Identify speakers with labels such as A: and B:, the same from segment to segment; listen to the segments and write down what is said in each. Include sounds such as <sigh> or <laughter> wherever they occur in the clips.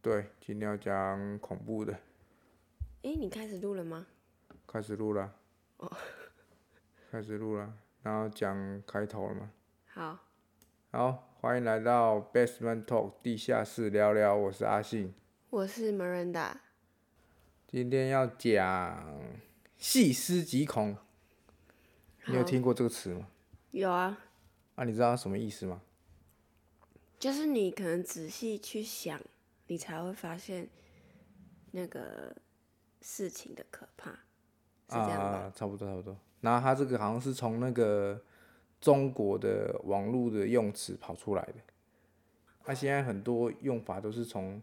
A: 对，今天要讲恐怖的，
B: 诶，你开始录了吗？
A: 开始录了。
B: 哦
A: 开始录了，然后讲开头了嘛。
B: 好，
A: 好，欢迎来到 Basement Talk 地下室聊聊，我是阿信。
B: 我是 Miranda。
A: 今天要讲细思极恐，你有
B: 好
A: 听过这个词吗？
B: 有啊，
A: 啊，你知道它什么意思吗？
B: 就是你可能仔细去想，你才会发现那个事情的可怕，是这样吧？
A: 啊，差不多差不多。然后它这个好像是从那个中国的网络的用词跑出来的，它现在很多用法都是从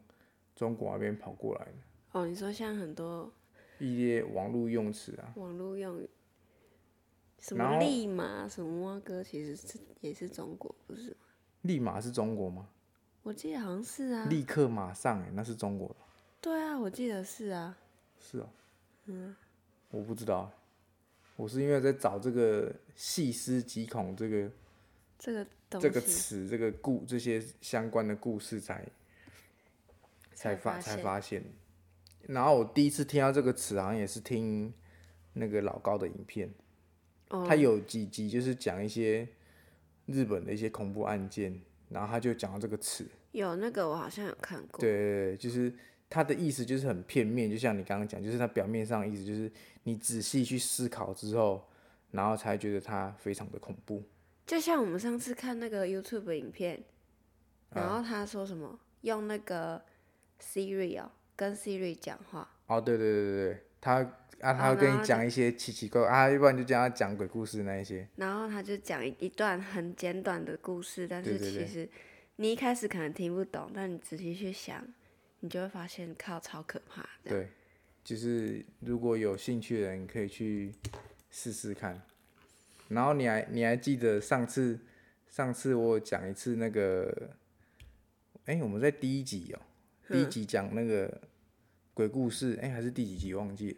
A: 中国那边跑过来的，
B: 哦，你说像很多
A: 一些网络用词啊。
B: 网络用语，什
A: 然后
B: 么立马、什么蛙哥，其实是也是中国，不是吗？
A: 立马是中国吗？
B: 我记得好像是啊。
A: 立刻马上、欸，那是中国的，
B: 对啊，我记得是啊。
A: 是哦。嗯，我不知道欸、我是因为在找这个“细思极恐”这个
B: 这个东西
A: 这个词、这个故这些相关的故事才才发才
B: 现
A: 发现。然后我第一次听到这个词，好像也是听那个老高的影片，
B: 哦
A: 他有几集就是讲一些日本的一些恐怖案件，然后他就讲到这个词，
B: 有那个我好像有看过。
A: 对对对，就是他的意思就是很片面，就像你刚刚讲，就是他表面上的意思就是你仔细去思考之后，然后才觉得它非常的恐怖。
B: 就像我们上次看那个 YouTube 影片，
A: 嗯
B: 然后他说什么、用那个 Siri 哦，跟 Siri 讲话，
A: 哦，对对对对对，他啊，他
B: 哦
A: 会跟
B: 然
A: 你
B: 后
A: 讲一些奇奇怪怪啊，要不然就叫他讲鬼故事那一些。
B: 然后他就讲一一段很简短的故事，但
A: 对
B: 是
A: 对对
B: 其实你一开始可能听不懂，但你仔细去想，你就会发现靠超可怕这样。
A: 对，就是如果有兴趣的人可以去试试看。然后你还你还记得上次上次我有讲一次那个，哎、我们在第一集哦、第一集讲那个鬼故事，哎、还是第几集忘记了？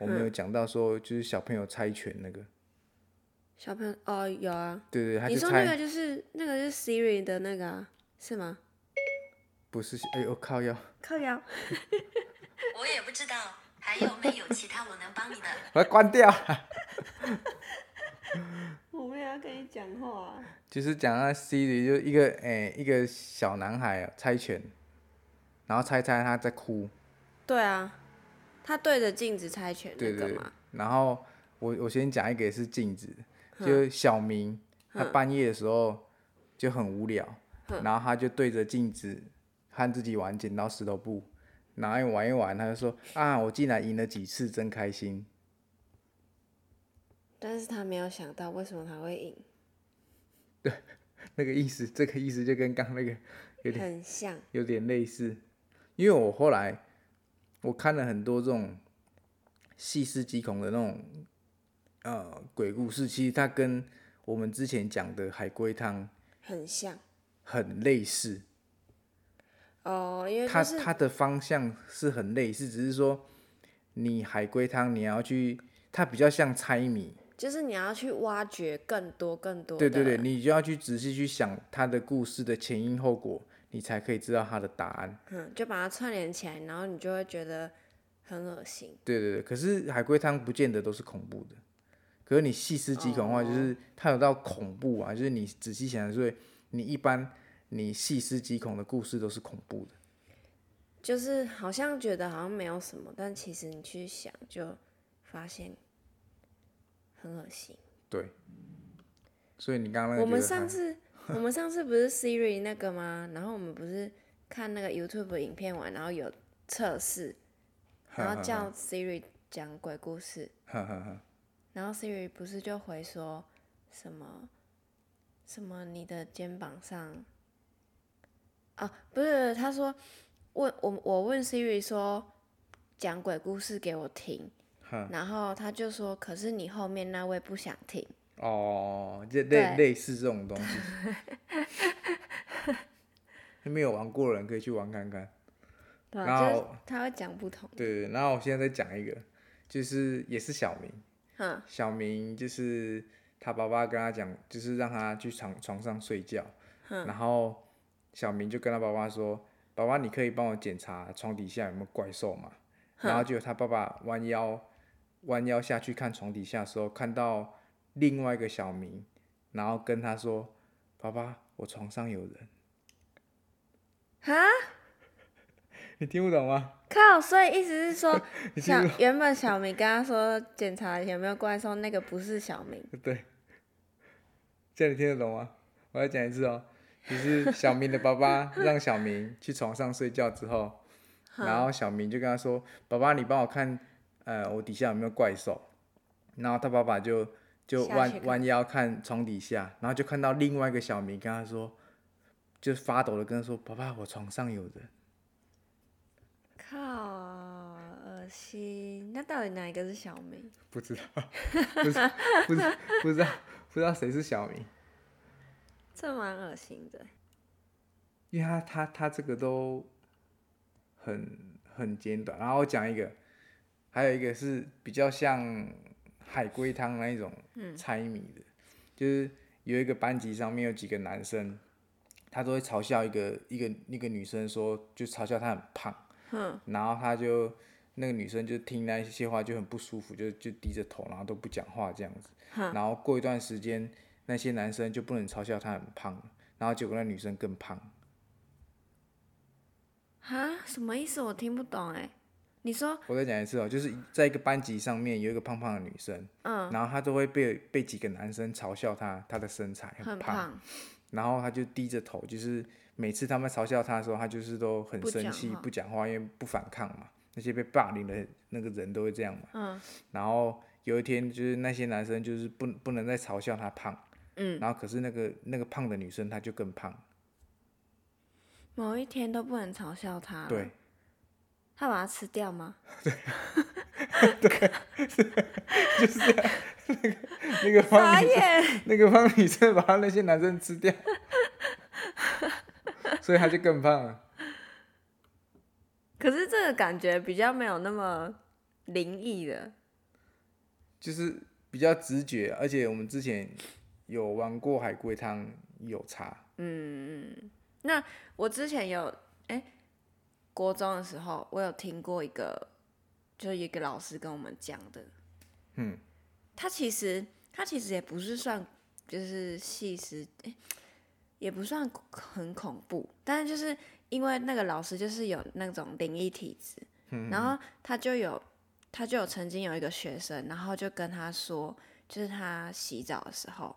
A: 我们有讲到说，就是小朋友猜拳那个，
B: 小朋友哦有啊，
A: 对对，他
B: 你
A: 就
B: 说那
A: 猜
B: 个就是那个就是 Siri 的那个、啊、是吗？
A: 不是，哎呦靠腰，
B: 靠腰，
C: 我也不知道，还有没有其他我能帮你的？
A: 把它关掉。 <laughs>
B: 我没有要跟你讲话、啊
A: 就是讲那 Siri 就一个诶、一个小男孩啊猜拳，然后猜猜他在哭，
B: 对啊，他对着镜子猜拳那
A: 对
B: 个
A: 对对
B: 嘛，。
A: 然后我我先讲一个也是镜子，就是小明他半夜的时候就很无聊，然后他就对着镜子和自己玩剪刀石头布，然后一玩一玩他就说啊我竟然赢了几次真开心， <laughs>
B: 但是他没有想到为什么他会赢，
A: 那个意思 <laughs> 这个意思就跟刚刚那个有点
B: 很像。
A: 有点类似，因为我后来我看了很多这种细思极恐的那种呃鬼故事，其实它跟我们之前讲的海龟汤
B: 很像
A: 很类似，
B: 哦，因为
A: 它
B: 就是
A: 它的方向是很类似，只是说你海龟汤你要去，它比较像猜谜，
B: 就是你要去挖掘更多更多的，
A: 对对对，你就要去仔细去想它的故事的前因后果，你才可以知道它的答案。
B: 嗯，就把它串联起来，然后你就会觉得很恶心。
A: 对对对，可是海龟汤不见得都是恐怖的，可是你细思极恐的
B: 哦
A: 话，就是它有到恐怖啊，就是你仔细想，所以你一般你细思极恐的故事都是恐怖的，
B: 就是好像觉得好像没有什么，但其实你去想就发现很恶心。
A: 对。所以你刚刚那个
B: 我们
A: 觉得
B: 上
A: 还
B: 次我们上次不是 Siri 那个吗？然后我们不是看那个 YouTube 影片完，然后有测试，然后叫 Siri 讲鬼故事，
A: 哼哼哼
B: 然后 Siri 不是就回说什么什么你的肩膀上啊，不是，他说问我我问 Siri 说讲鬼故事给我听，
A: 哼
B: 然后他就说可是你后面那位不想听，
A: 哦，就类
B: 对
A: 类似这种东西， <laughs> 没有玩过的人可以去玩看看。
B: 对
A: 然
B: 吧？就是
A: 后
B: 他会讲不同，
A: 对对，对然后我现在再讲一个，就是也是小明，
B: 嗯，
A: 小明就是他爸爸跟他讲，就是让他去床床上睡觉，然后小明就跟他爸爸说：“爸爸爸，你可以帮我检查床底下有没有怪兽吗？”然后结果他爸爸弯腰弯腰下去看床底下的时候，看到另外一个小明，然后跟他说：“爸爸，我床上有人。”
B: 哈，
A: 你听不懂吗？
B: 靠！所以意思是
A: <laughs>
B: 说，
A: 你听
B: 小
A: 不懂？
B: 原本小明跟他说检查有没有怪兽，那个不是小明。
A: 对，这样你听得懂吗？我再讲一次哦，就是小明的爸爸让小明去床上睡觉之后，然后小明就跟他说：“爸爸，你帮我看，呃，我底下有没有怪兽？”然后他爸爸就就
B: 下去
A: 弯
B: 看
A: 弯腰看床底下，然后就看到另外一个小明跟他说，就发抖的跟他说：“爸爸，我床上有人。”
B: 靠！恶心！那到底哪一个是小明？
A: 不知道， <laughs> 不是不是不知道不知道谁是小明，
B: 这蛮恶心的。
A: 因为他他他这个都很很简短。然后我讲一个，还有一个是比较像海龟汤那一种
B: 嗯
A: 猜谜的，就是有一个班级上面有几个男生，他都会嘲笑一个一个一个女生说，就嘲笑她很胖，
B: 哼，
A: 然后他就那个女生就听那些话就很不舒服，就就低着头，然后都不讲话这样子。
B: 哼
A: 然后过一段时间，那些男生就不能嘲笑她很胖了，然后结果那女生更胖。
B: 哈，什么意思？我听不懂哎。你说，
A: 我再讲一次哦，就是在一个班级上面有一个胖胖的女生，
B: 嗯，
A: 然后她都会被被几个男生嘲笑她，她的身材
B: 很
A: 胖，
B: 胖，
A: 然后她就低着头，就是每次他们嘲笑她的时候，她就是都很
B: 不
A: 生
B: 讲
A: 气
B: 话
A: 不讲话，因为不反抗嘛。那些被霸凌的那个人都会这样嘛。
B: 嗯
A: 然后有一天，就是那些男生就是不不能再嘲笑她胖，
B: 嗯，啊
A: 然后可是那个那个胖的女生她就更胖，
B: 某一天都不能嘲笑他了。
A: 对，
B: 他把它吃掉吗？
A: 那个胖
B: 傻
A: 女生
B: 眼！ <laughs>
A: 那个胖女生把她那些男生吃掉， <laughs> 所以她就更胖了。
B: 可是这个感觉比较没有那么灵异的。
A: 就是比较直觉，而且我们之前有玩过海龟汤，有查，
B: 嗯，嗯，那我之前有哎、国中的时候，我有听过一个，就是一个老师跟我们讲的，
A: 嗯，
B: 他其实他其实也不是算就是细思，哎、也不算很恐怖，但是就是因为那个老师就是有那种灵异体质，
A: 嗯
B: 然后他就有他就有曾经有一个学生，然后就跟他说，就是他洗澡的时候，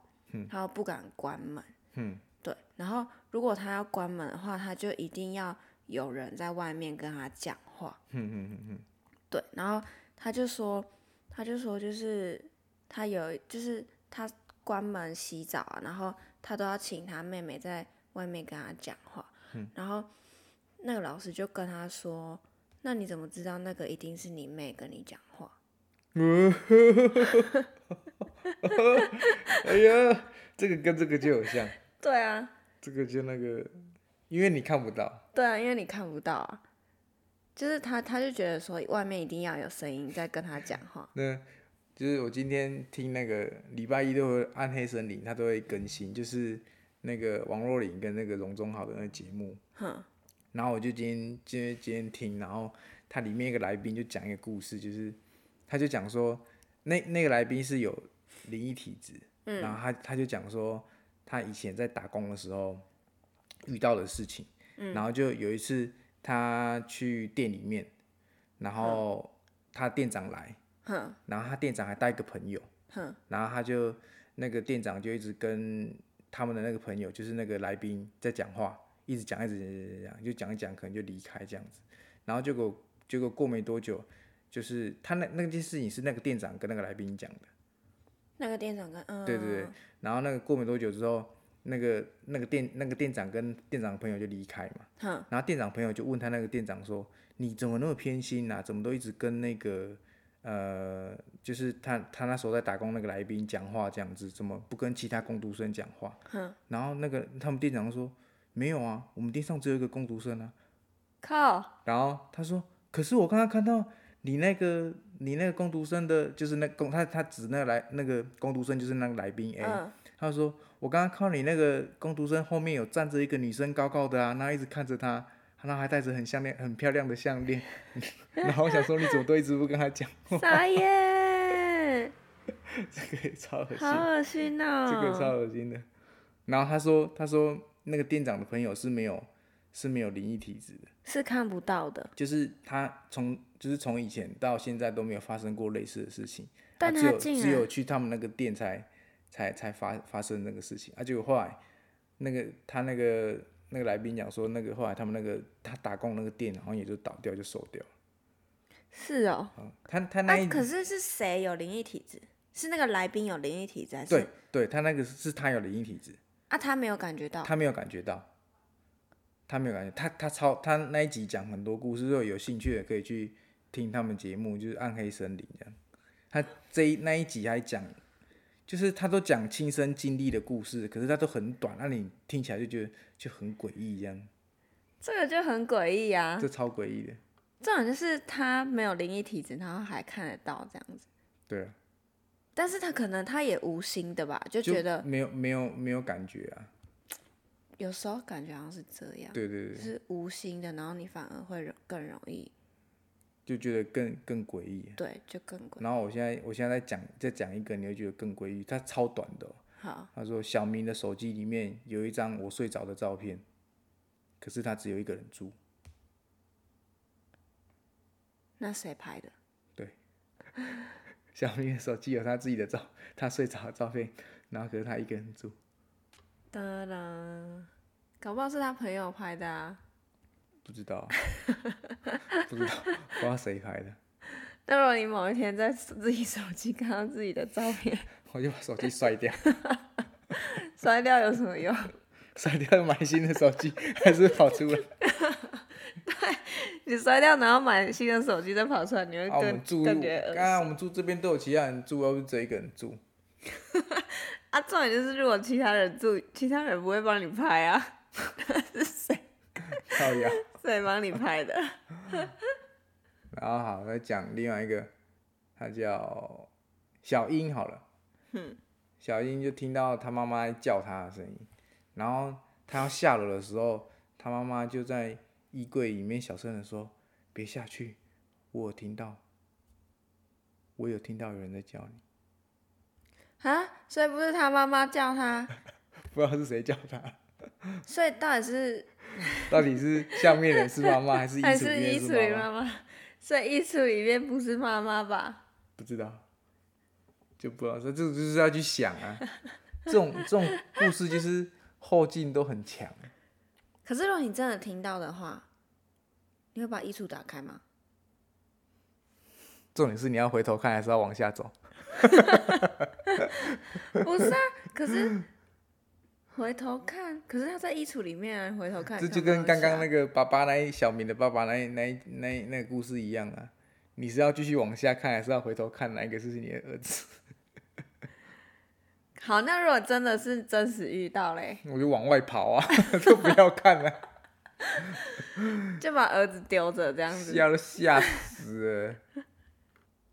B: 他又不敢关门。
A: 嗯，
B: 对，然后如果他要关门的话，他就一定要有人在外面跟他讲话。
A: 哼哼哼哼，
B: 对，然后他就说，他就说就是他有就是他关门洗澡啊，然后他都要请他妹妹在外面跟他讲话。然后那个老师就跟他说：“那你怎么知道那个一定是你妹跟你讲话？”
A: 哎呀，这个跟这个就有像，
B: 对啊，
A: 这个就那个，因为你看不到，
B: 对啊，因为你看不到啊。就是他，他就觉得说外面一定要有声音在跟他讲话。
A: 那就是我今天听那个礼拜一都会暗黑森林，它都会更新，就是那个王若琳跟那个容中好的那个节目，
B: 哼，
A: 然后我就今天今天今天听，然后他里面一个来宾就讲一个故事，就是他就讲说，那那个来宾是有灵异体质，
B: 嗯
A: 然后他他就讲说，他以前在打工的时候遇到的事情，然后就有一次他去店里面，然后他店长来，
B: 哼
A: 然后他店长还带一个朋友，
B: 哼，
A: 然后他就那个店长就一直跟他们的那个朋友，就是那个来宾在讲话，一直讲一直讲一直讲，就讲一讲可能就离开这样子。然后结果结果过没多久，就是他那那件事情是那个店长跟那个来宾讲的，
B: 那个店长跟嗯，
A: 对对对。然后那个过没多久之后，那个那个店那个店长跟店长朋友就离开嘛。
B: 哼，
A: 然后店长朋友就问他那个店长说：“你怎么那么偏心啊？怎么都一直跟那个呃，就是他他那时候在打工那个来宾讲话这样子，怎么不跟其他工读生讲话？”
B: 哼
A: 然后那个他们店长说：“没有啊，我们店上只有一个工读生啊。
B: 靠，”
A: 然后他说：“可是我刚刚看到你那个你那个工读生的，就是那工他他指那个来那个工读生就是那个来宾哎 A，、
B: 嗯，
A: <laughs> 他说：“我刚刚看到你那个工读生后面有站着一个女生，高高的啊，然后一直看着她。”然后还戴着很项链很漂亮的项链， <laughs> 然后我想说你怎么都一直不跟他讲，
B: 傻眼，
A: 这个也超恶心
B: 好。恶心哦！
A: 这个超恶心的。然后他说，他说那个店长的朋友是没有是没有灵异体质的，
B: 是看不到的，
A: 就是他从就是从以前到现在都没有发生过类似的事情，
B: 但
A: 啊只
B: 他
A: 有
B: 竟
A: 只有
B: 然
A: 去他们那个店才才才发发生那个事情，而、啊、且后来那个他那个那个来宾讲说，那个后来他们那个他打工那个店好像也就倒掉就收掉了。
B: 是哦，
A: 嗯他他那一、
B: 啊，可是是谁有灵异体质？是那个来宾有灵异体质，还
A: 对
B: 是
A: 对，他那个是是他有灵异体质，
B: 啊？他没有感觉到，
A: 他没有感觉到，他没有感觉，他他超他那一集讲很多故事，如果有兴趣的可以去听他们节目，就是《暗黑森林》这样。他这一那一集还讲，就是他都讲亲身经历的故事，可是他都很短，那、你听起来就觉得就很诡异这样，
B: 这个就很诡异啊
A: 这。超诡异的，
B: 这种就是他没有灵异体质，然后还看得到这样子，
A: 对啊，
B: 但是他可能他也无心的吧，就
A: 就嗯
B: 觉得
A: 没有没有没有感觉啊，
B: 有时候感觉好像是这样，
A: 对对
B: 啊就
A: 对，
B: 是无心的，然后你反而会容更容易，
A: 就觉得更更诡异啊、
B: 对，就更诡异。
A: 然后我现在我现在在讲再讲一个，你会觉得更诡异，它超短的哦、
B: 好，
A: 他说小明的手机里面有一张我睡着的照片，可是他只有一个人住。 <laughs>
B: 那谁拍的？
A: 小明的手机有他自己的照，他睡着的照片，然后可是他一个人住。
B: 当然，搞不好是他朋友拍的啊。
A: 不知道啊，不知道，不知道谁拍的，
B: 那如果你某一天在自己手机看到自己的照片 <laughs>
A: 我就把手机摔掉， <laughs>
B: 摔掉有什么用？ <laughs>
A: 摔掉就买新的手机，还是跑出来。
B: 你摔掉然后买新的手机再跑出来，你会
A: 啊，我
B: 更
A: 们住，
B: 更觉
A: 刚
B: 得恶心
A: 刚我们住这边都有其他人住，而不是只有一个人住。
B: 啊。重点就是如果其他人住，其他人不会帮你拍啊， <laughs> 是谁
A: 靠呀！
B: 谁帮你拍 <laughs> 的？
A: 然后好，再讲另外一个，他叫小英好了。小英就听到他妈妈在叫他的声音，然后他要下楼的时候，他妈妈就在衣柜里面小声的说：“别下去，我有听到，我有听到有人在叫你。 <laughs>
B: 啊，所以不是他妈妈叫他，”
A: 不知道是谁叫他，
B: 所以到底是
A: 到底是下面人是妈妈还是衣
B: 还
A: 橱
B: 是
A: 里面
B: 衣橱里
A: 是
B: 妈
A: 妈妈？
B: 妈？ <laughs> 所以衣橱里面不是妈妈吧？
A: 不知道，就不知道。这这就是要去想啊， <laughs> 这种这种故事就是后劲都很强。啊
B: 可是如果你真的听到的话，你会把衣橱打开
A: <laughs>
B: 吗？
A: 重点是你要回头看，还是要往下走？
B: 不是啊，可是回头看，可是他在衣橱里面啊，你回头看，
A: 这
B: 看
A: 就
B: 不
A: 跟
B: 到
A: 刚
B: 下
A: 刚那个爸爸那一小明的爸爸那一那一那一那个故事一样啊，你是要继续往下看，还是要回头看哪一个是你的儿子？ <laughs>
B: 好，那如果真的是真实遇到嘞，
A: <laughs> 我就往外跑啊， <laughs> 就不要看啊了、
B: <laughs> 就把儿子丢着这样子，
A: 吓都吓死了。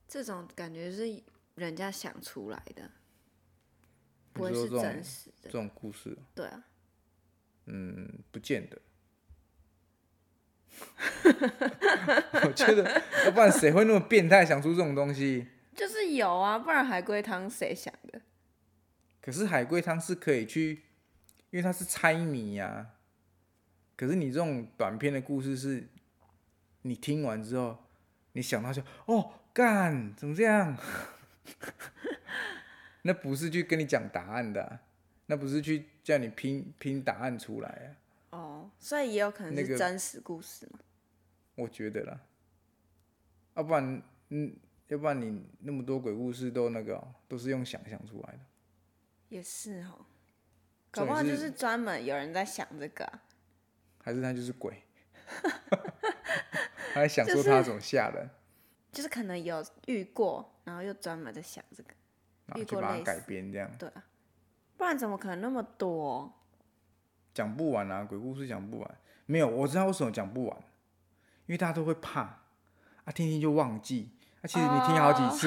B: 这种感觉是人家想出来的，不会
A: 你说
B: 是
A: 这种
B: 真实
A: 这
B: 的，
A: 种故事，
B: 对啊。
A: 嗯，不见得。 <laughs> 我觉得，要不然谁会那么变态想出这种东西？
B: 就是有啊，不然海龟汤谁想的？
A: 可是海龟汤是可以去，因为它是猜谜呀、可是你这种短篇的故事是，你听完之后，你想到就哦干怎么这样？ <laughs> 那不是去跟你讲答案的啊、那不是去叫你拼拼答案出来啊，
B: 哦，所以也有可能
A: 那个
B: 是真实故事嘛。
A: 我觉得啦。要、不然，嗯，要不然你那么多鬼故事都那个哦、都是用想象出来的。
B: 也是哦，
A: 重点
B: 搞不好就是是专门有人在想这个啊、
A: 还是他就是鬼， <laughs>
B: <laughs>
A: 他还想
B: 就
A: 说
B: 是
A: 他怎么吓人，
B: 就是可能有遇过，然后又专门在想这个，
A: 然后
B: 遇
A: 就
B: 过
A: 把
B: 类
A: 它改
B: 似
A: 编这样，
B: 对啊，不然怎么可能那么多？
A: 讲不完啊，鬼故事讲不完。没有，我知道为什么讲不完，因为大家都会怕啊，听听就忘记。啊，其实你听好几次，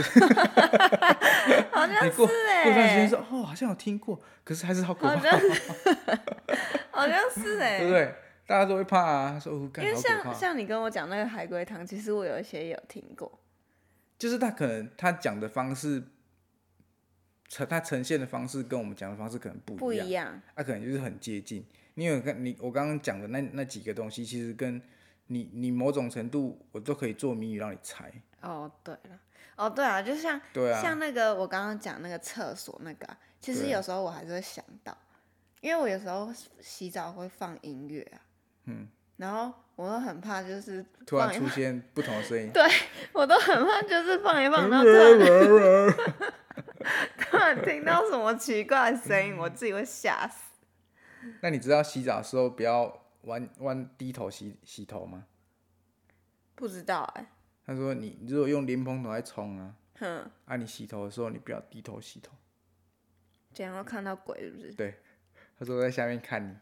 B: 哦好像
A: 你过
B: 是
A: 过段时
B: 哎、
A: 间说哦，好像有听过，可是还是好可
B: 好
A: 怕， <laughs>
B: 像好像是哎、
A: 对不对？大家都会怕啊，说哦，干
B: 因为
A: 好可
B: 像
A: 怕。
B: 像你跟我讲那个海龟汤，其实我有一些有听过，
A: 就是他可能他讲的方式，呈他呈现的方式跟我们讲的方式可能不
B: 不
A: 一样
B: 一，样。
A: 他、可能就是很接近。你有看你我刚刚讲的那那几个东西，其实跟你你某种程度我都可以做谜语让你猜。
B: 哦，对了，哦对啊，就像、
A: 对啊，
B: 像那个我刚刚讲那个厕所那个啊、其实
A: 对
B: 有时候我还是会想到，因为我有时候洗澡会放音乐啊，
A: 嗯，
B: 然后我都很怕，就是
A: 突然
B: 放一
A: 出现不同的声 <laughs> 音，
B: 我都很怕，就是放一
A: 哎
B: 放，然后突然突然听到什么奇怪的声音，我自己会吓死。
A: 那你知道洗澡的时候不要弯弯低头洗洗头吗？
B: 不知道哎、
A: 他说你如果用莲蓬头在冲啊，
B: 哼，
A: 啊你洗头的时候你不要低头洗头。
B: 这样会看到鬼是不是？
A: 对，他说我在下面看你。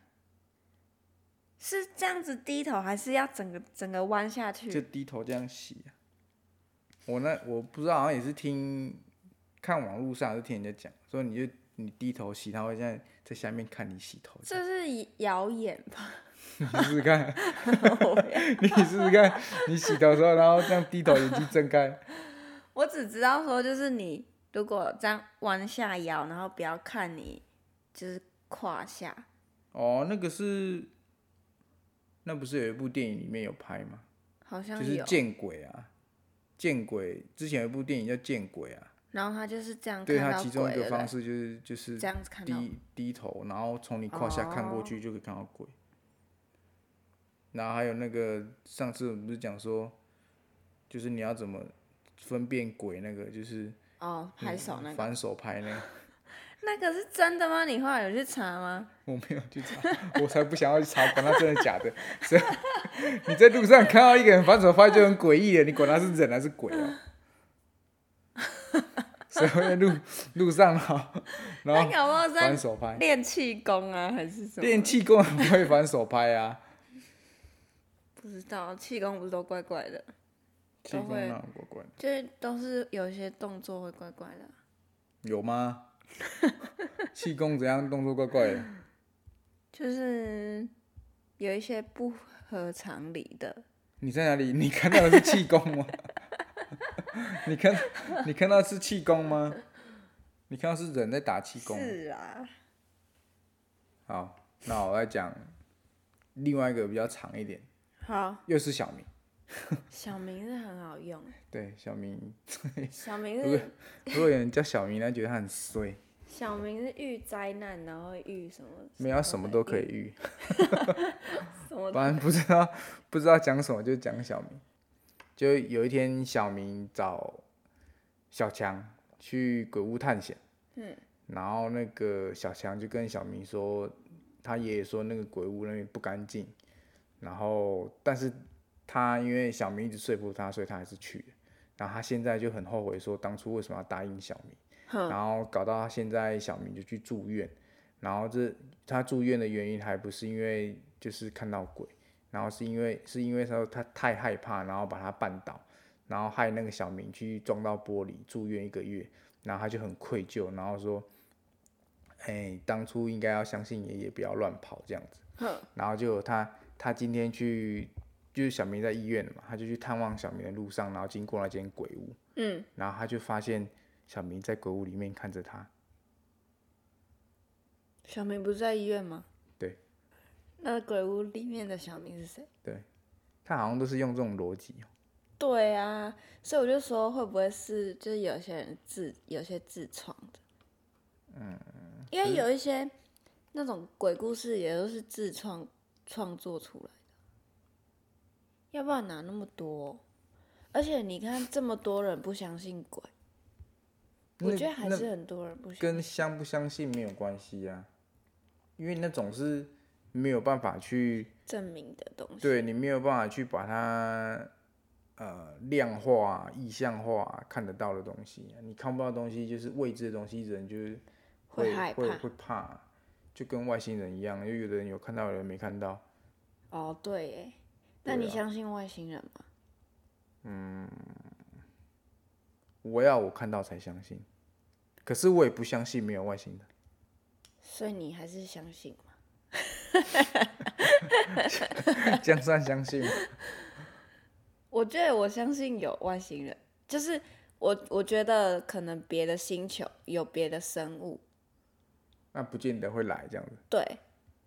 B: 是这样子低头，还是要整个整个弯下去？
A: 就低头这样洗、啊。我那我不知道，好像也是听看网络上还是听人家讲，说你就你低头洗，他会在在下面看你洗头，这
B: 这是谣言吧？
A: 样你试试看， <laughs>
B: 我不要
A: 你试试看，你洗头的时候，然后这样低头，眼睛睁开，
B: 我只知道说，就是你如果这样弯下腰，然后不要看你就是胯下，
A: 哦，那个是，那不是有一部电影里面有拍吗？
B: 好像
A: 就是
B: 有。
A: 见鬼啊，见鬼！之前有一部电影叫《见鬼》啊，
B: 然后他就是这样
A: 对
B: 看
A: 他
B: 到
A: 其中
B: 鬼
A: 一个
B: 的
A: 方
B: 人，
A: 式就是就是
B: 这样子看到
A: 低低头，然后从你胯下看过
B: 哦
A: 去就可以看到鬼。然后还有那个上次我们不是讲说，就是你要怎么分辨鬼那个，就是
B: 哦，
A: 你
B: 拍手那
A: 嗯
B: 个，
A: 反手拍那
B: <laughs>
A: 个，
B: 那个是真的吗？你后来有去查吗？
A: 我没有去查，我才不想要去查，管他真的假的。所以你在路上看到一个人反手拍就很诡异了，你管他是人还是鬼啊？所以我在路路上哈，然
B: 那
A: 后
B: 搞不好
A: 反
B: 在
A: 手拍。
B: 练气功啊，还是什么？
A: 练气功不会反手拍啊，
B: 不知道，气功不是都怪怪的，
A: 气功
B: 会
A: 那种怪怪的
B: 就是都是有一些动作会怪怪的。
A: 有吗？ <laughs> 气功怎样动作怪怪的？
B: 就是有一些不合常理的，
A: 你在哪里？你看到的是气功吗？ <laughs> 你看，你看到是气功吗？你看到是人在打气功吗。
B: 是啊，
A: 好，那我来讲另外一个比较长一点，
B: 好，
A: 又是小明。
B: 小明是很好用，
A: 对，小明，
B: 小明
A: 如果
B: 是
A: 如果有人叫小明，他觉得他很衰，
B: 小明是遇灾难，然后遇什么？
A: 没有他啊什么都可以，遇，
B: 什么
A: 反正不知道不知道讲什么就讲小明。就有一天，小明找小强去鬼屋探险，
B: 嗯，
A: 然后那个小强就跟小明说，他爷爷说那个鬼屋那边不干净，然后但是他因为小明一直说服他，所以他还是去了。然后他现在就很后悔，说当初为什么要答应小明，
B: 哼，
A: 然后搞到他现在小明就去住院，然后这他住院的原因还不是因为就是看到鬼，然后是因为是因为说他太害怕，然后把他绊倒，然后害那个小明去撞到玻璃，住院一个月，然后他就很愧疚，然后说，哎，当初应该要相信爷爷，不要乱跑这样子。
B: 哼，
A: 然后就有他他今天去就是小明在医院嘛，他就去探望小明的路上，然后经过那间鬼屋，
B: 嗯，
A: 然后他就发现小明在鬼屋里面看着他，
B: 小明不是在医院吗？
A: 对。
B: 那鬼屋里面的小明是谁？
A: 对他好像都是用这种逻辑哦，
B: 对啊，所以我就说会不会是就是有些人自有些自创的，嗯，因为有一些那种鬼故事也都是自创创作出来的，要不然哪那么多？而且你看这么多人不相信鬼，我
A: 那
B: 觉得还
A: 那
B: 是很多人不相信。
A: 跟相不相信没有关系啊，因为那种是没有办法去
B: 证明的东西。
A: 对你没有办法去把它呃量化、意象化、看得到的东西，啊你看不到的东西就是未知的东西，人就是
B: 会
A: 会
B: 害
A: 会
B: 怕
A: 会怕，就跟外星人一样，因为有的人有看到，有人没看到。
B: 哦，对耶，那
A: 对
B: 你
A: 啊
B: 相信外星人吗？
A: 我要我看到才相信，可是我也不相信没有外星人。
B: 所以你还是相信吗？
A: <laughs> 这样算相信吗？
B: 我觉得我相信有外星人，就是我我觉得可能别的星球有别的生物，
A: 那不见得会来这样子。
B: 对。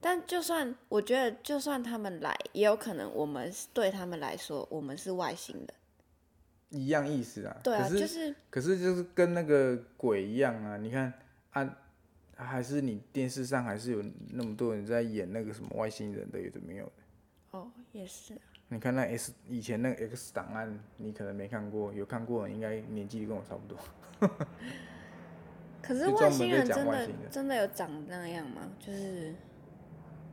B: 但就算我觉得，就算他们来，也有可能我们是对他们来说，我们是外星人。
A: 一样意思啊，
B: 对
A: 可
B: 啊，
A: 是、
B: 就是
A: 可是就是跟那个鬼一样啊！你看啊，还是你电视上还是有那么多人在演那个什么外星人的，有的没有的。
B: 哦，也是，
A: 你看那 X 以前那个 X 档案，你可能没看过，有看过的应该年纪跟我差不多。
B: 可是
A: 就
B: 外
A: 专门
B: 星
A: 在
B: 人
A: 讲
B: 真
A: 外
B: 的
A: 星人
B: 真的有长那样吗？就是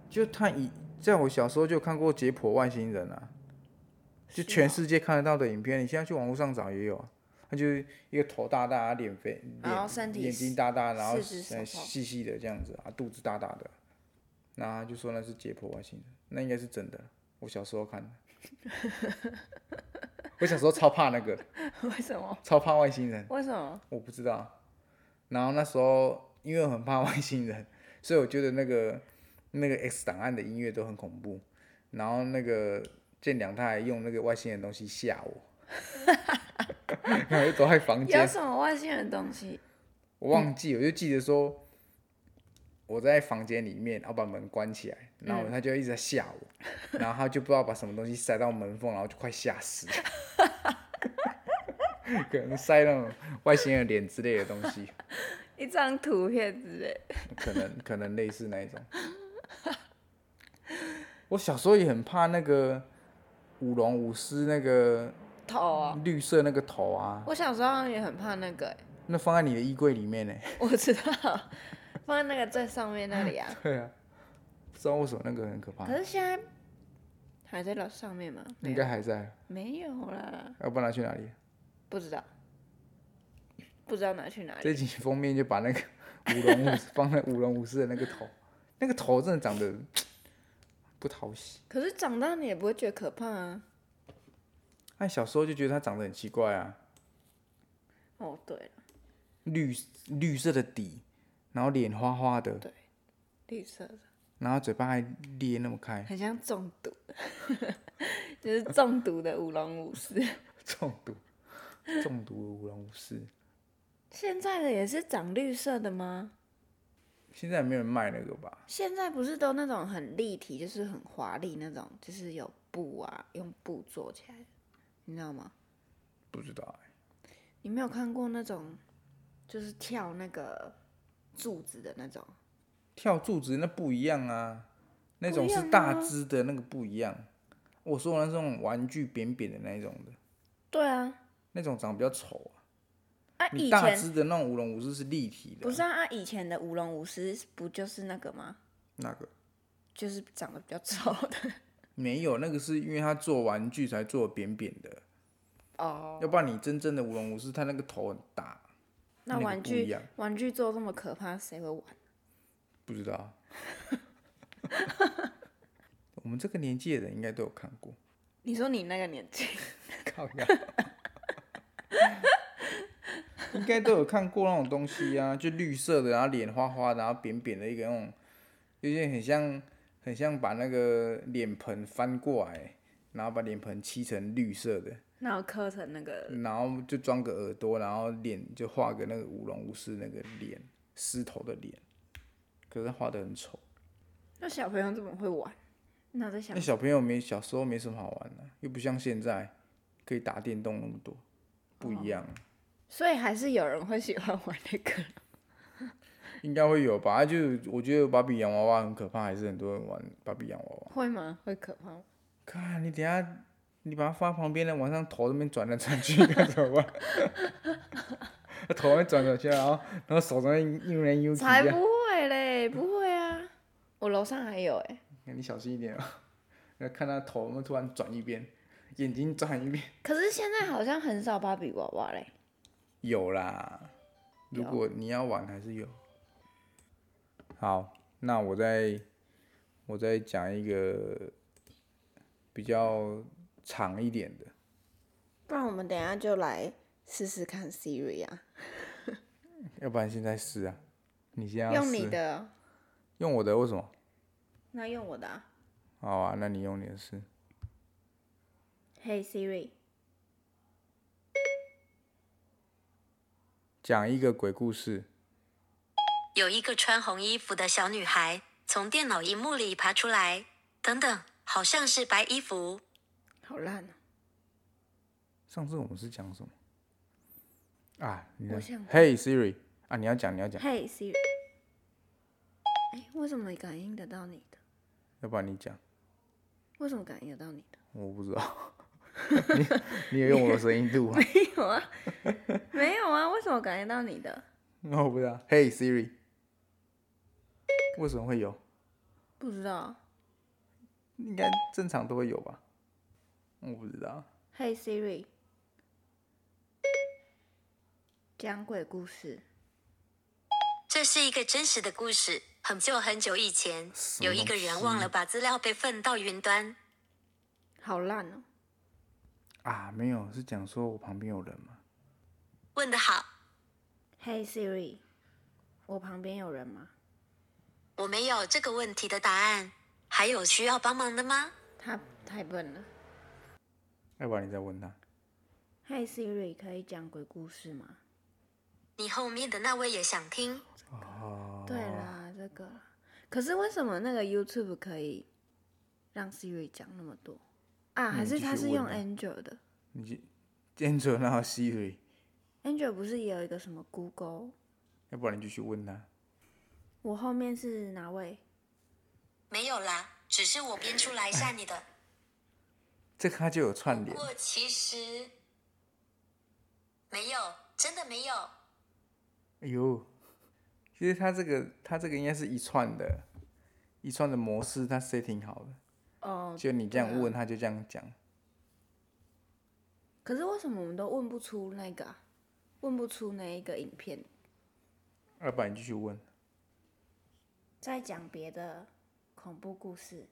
A: 就他以在我小时候就有看过解剖外星人啊，就是全
B: 哦
A: 世界看得到的影片，你现在去网络上找也有啊。他就是一个头大大，脸肥，
B: 然后
A: 脸
B: 身体
A: 眼睛大大，然后
B: 四肢
A: 呃
B: 手手
A: 细细的这样子啊，肚子大大的，那他就说那是解剖外星人，那应该是真的。我小时候看的， <laughs> 我小时候超怕那个，
B: <laughs> 为什么？
A: 超怕外星人。
B: 为什么？
A: 我不知道。然后那时候因为我很怕外星人， <laughs> 所以我觉得那个那个 X 档案的音乐都很恐怖。然后那个建良他还用那个外星人的东西吓我，然后我就躲在房
B: 有
A: 间，
B: 什么外星人的东西？
A: 我忘记，我就记得说我在房间里面，然后把门关起来，然后他就一直在吓我，然后他就不知道把什么东西塞到门缝，然后就快吓死了，可能塞那种外星人脸之类的东西。
B: 一张图片之类。
A: 可能 <laughs> 可能类似那一种。我小时候也很怕那个舞龙舞狮那个
B: 头哦，
A: 绿色那个头啊，
B: 我小时候好像也很怕那个欸，
A: 那放在你的衣柜里面呢、 <laughs>
B: <laughs> 我知道，放在那个最上面那里
A: <laughs>
B: 啊。
A: 对啊，不知道为什么那个很可怕
B: 可，是现在还在楼上面吗？没
A: 应
B: 有
A: 该，还在，
B: 没有啦，
A: 要不然它去哪里？
B: 不知道，不知道拿去哪里。
A: 这集封面就把那个舞龙舞狮 <laughs> 放在舞龙舞狮的那个头，那个头真的长得不讨喜。
B: 可是长大你也不会觉得可怕啊。
A: 但小时候就觉得它长得很奇怪啊，
B: 哦，对了，
A: 绿绿色的底，然后脸花花的，
B: 绿色的，
A: 然后嘴巴还裂那么开，
B: 很像中毒， <laughs> 就是中毒的舞龙舞狮。
A: <laughs> 中毒，中毒的舞龙舞狮。
B: 现在的也是长绿色的吗？
A: 现在没有人卖那个吧？
B: 现在不是都那种很立体，就是很华丽那种，就是有布啊，用布做起来的，你知道吗？
A: 不知道哎、
B: 你没有看过那种，就是跳那个柱子的那种？
A: 跳柱子那不一样啊，那
B: 不
A: 种
B: 一
A: 是
B: 样啊
A: 大
B: 吗
A: 只的那个不一样。我说的那种玩具扁扁的那一种的，
B: 对啊，
A: 那种长得比较丑啊。
B: 啊
A: 你
B: 以
A: 大
B: 前
A: 只的那种舞龙舞狮是立体的啊、
B: 不是啊，啊以前的舞龙舞狮不就是那个吗？
A: 那个
B: 就是长得比较丑的
A: 没有，那个是因为他做玩具才做扁扁的，
B: 哦。
A: 要不然你真正的舞龙舞狮，它那个头很大，
B: <laughs> 那
A: 那个
B: 玩
A: 不一
B: 具
A: 样
B: 玩具做这么可怕，谁会玩？
A: 不知道。 <laughs> 我们这个年纪的人应该都有看过。
B: 你说你那个年纪，
A: 靠呀！应该都有看过那种东西啊，就绿色的，然后脸花花的，然后扁扁的一个那种，有点很像，很像把那个脸盆翻过来，然后把脸盆漆成绿色的，
B: 然后刻成那个
A: 然后就装个耳朵，然后脸就画个那个舞龙舞狮那个脸，狮头的脸，可是画的很丑。
B: 那小朋友怎么会玩？那我在想
A: 那，小朋友没小时候没什么好玩的、又不像现在可以打电动那么多，不一样。
B: 所以还是有人会喜欢玩那个。
A: 应该会有吧？啊就是我觉得芭比洋娃娃很可怕，还是很多人玩芭比洋娃娃。
B: 会吗？会可怕吗？
A: 看，你等一下你把它放在旁边的，往上头那边转来转去，看怎么办？ <laughs> 它头会转转去，然后然后手上又来又去
B: 才不
A: 啊。
B: 会嘞，不会啊！我楼上还有哎、
A: 你小心一点啊！那看它头们突然转一边，眼睛转一边。
B: 可是现在好像很少芭比娃娃嘞。
A: 有啦，如
B: 有
A: 果你要玩还是有。好，那我再我再讲一个比较长一点的。
B: 不然我们等一下就来试试看 Siri 啊，
A: 要不然现在试啊，你先要
B: 用你
A: 试
B: 的，
A: 用我的为什么？
B: 那用我的、啊。
A: 好啊，那你用你的试。
B: Hey Siri，
A: 讲一个鬼故事。
C: <laughs> 有一个穿红衣服的小女孩从电脑荧幕里爬出来，等等，好像是白衣服。
B: 好烂啊！
A: 上次我们是讲什么？啊，你的
B: 我想
A: Hey Siri 啊，你要讲你要讲，
B: Hey Siri，哎，为什么感应得到你的？
A: 要不然你讲，
B: 为什么感应得到你 <laughs> 的？
A: 我不知道。 <laughs> 你你也用我的声音录啊？
B: 没有啊，没有啊，为什么感应到你的？
A: <laughs> 我哦不知道。Hey Siri，为什么会有？
B: 不知道。啊
A: 应该正常都会有吧？我不知道。
B: Hey Siri，讲鬼故事。
C: 这是一个真实的故事，很久很久以前，
A: 什么
C: 有一个
A: 东
C: 人
A: 西
C: 忘了把资料备份到云端。
B: 好烂哦！
A: 啊，没有，是讲说我旁边有人嘛？
C: 问得好，
B: Hey Siri，我旁边有人吗？
C: 我没有这个问题的答案。还有需要帮忙的吗？
B: 他太笨了。
A: 要不然你再问他。
B: Hey Siri，可以讲鬼故事吗？
C: 你后面的那位也想听？
A: 哦，
B: 对啦，这个啦。可是为什么那个 YouTube 可以让 Siri 讲那么多啊？
A: 你
B: 还是
A: 继
B: 他
A: 续
B: 是
A: 问
B: 用
A: 吧
B: Angel 的
A: 你去坚持然后 Siri，
B: ？Angel 不是也有一个什么 Google？
A: 要不然你就去问他。
B: 我后面是哪位？
C: 没有啦，只是我编出来吓你的。
A: 这个他就有串
C: 不
A: 联。
C: 过其实没有，真的没有。
A: 哎呦，其实他这个他这个应该是一串的，一串的模式，他 setting 好的，
B: 哦，
A: 就你这样
B: 对啊
A: 问，他就这样讲。
B: 可是为什么我们都问不出那个啊、问不出那一个影片？
A: 要不然你继续问。
B: 再讲别的恐怖故事。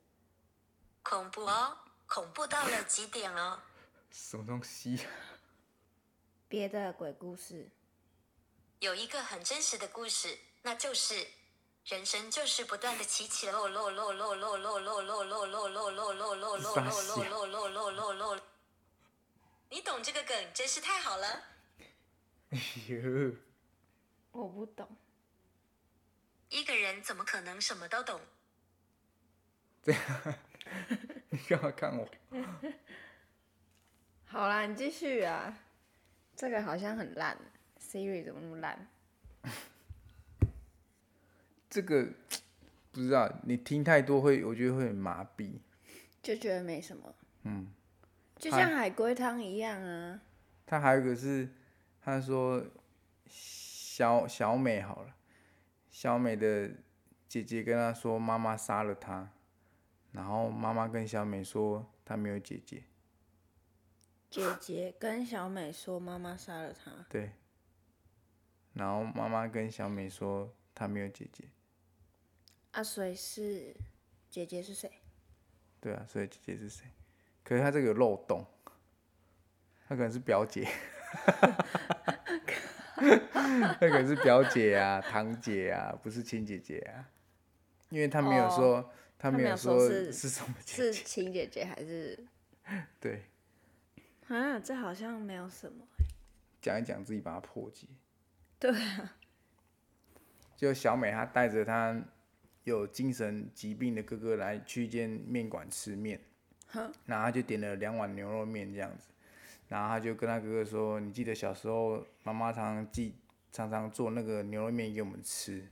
C: 恐怖哦，恐怖到了极点哦。
A: 什么东西、 <laughs>
B: 别的鬼故事，
C: 有一个很真实的故事，那就是人生就是不断的起起落落落落落落落落落落落落落落落落落落落落落。你懂这个梗真是太好了。
A: 哎呦，
B: 我不懂。
C: 一个人怎么可能什么都懂？
A: 你干嘛看我？
B: 好啦，你继续啊。这个好像很烂，Siri 怎么那么烂？
A: 这个不知道，你听太多会，我觉得会很麻痹。
B: 就觉得没什么。
A: 嗯，
B: 就像海龟汤一样啊。
A: 他还有一个是，他说小小美好了，小美的姐姐跟她说妈妈杀了她，然后妈妈跟小美说她没有姐姐，
B: 姐姐跟小美说妈妈杀了她，
A: 对，然后妈妈跟小美说她没有姐姐，
B: 啊，所以是姐姐是谁？
A: 对啊，所以姐姐是谁？可是她这个有漏洞，她可能是表姐， <laughs> 她可能是表姐啊、堂姐啊，不是亲姐姐啊，因为她没有
B: 哦
A: 说，她
B: 她
A: 没
B: 没
A: 有
B: 有说是
A: 是什么姐
B: 是
A: 姐，
B: 亲姐姐还是？
A: 对，
B: 啊，这好像没有什么。
A: 讲一讲自己把它破解。
B: 对啊，
A: 就小美她带着她有精神疾病的哥哥来去一间面馆吃面，然后她就点了两碗牛肉面这样子，然后她就跟她哥哥说：“你记得小时候妈妈常常记常常做那个牛肉面给我们吃。”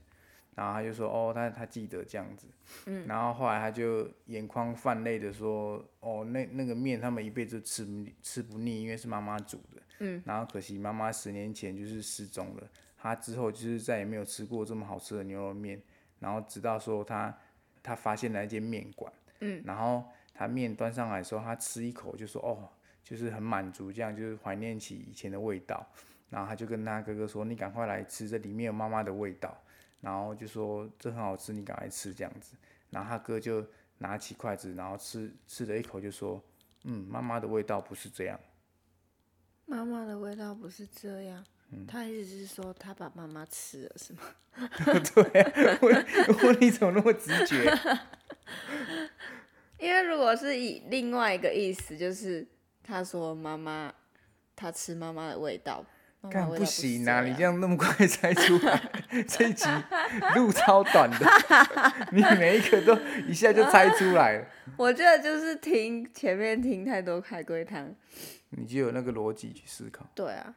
A: 然后他就说：“哦，他他记得这样子。”嗯，然后后来他就眼眶泛泪的说：“哦，那那个面他们一辈子都吃不腻吃不腻，因为是妈妈煮的。”嗯，然后可惜妈妈十年前就是失踪了，他之后就是再也没有吃过这么好吃的牛肉面。然后直到说他他发现了一间面馆，嗯，然后他面端上来的时候，他吃一口就说：“哦，就是很满足，这样就是怀念起以前的味道。”然后他就跟他哥哥说：“你赶快来吃，这里面有妈妈的味道。”然后就说这很好吃，你赶快吃这样子。然后他哥就拿起筷子，然后吃吃了一口，就说：“嗯，妈妈的味道不是这 <laughs> 样。
B: 妈妈的味道不是这样。
A: 嗯
B: 他意思是说他把妈 <laughs> 妈吃了是吗？”
A: 我我你怎么那么直觉？
B: 因为如果是以另外一个意思，就是他说妈妈，他吃妈妈的味道，妈妈
A: 干
B: 的味道
A: 不
B: 是
A: 行啊！
B: 这
A: 你这
B: 样
A: 样那么快猜出来， <laughs> 这一集路超短的， <laughs> 你每一个都一下就猜出来了，
B: 我觉得就是听前面听太多海龟汤，
A: 你就有那个逻辑去思考。
B: 对啊，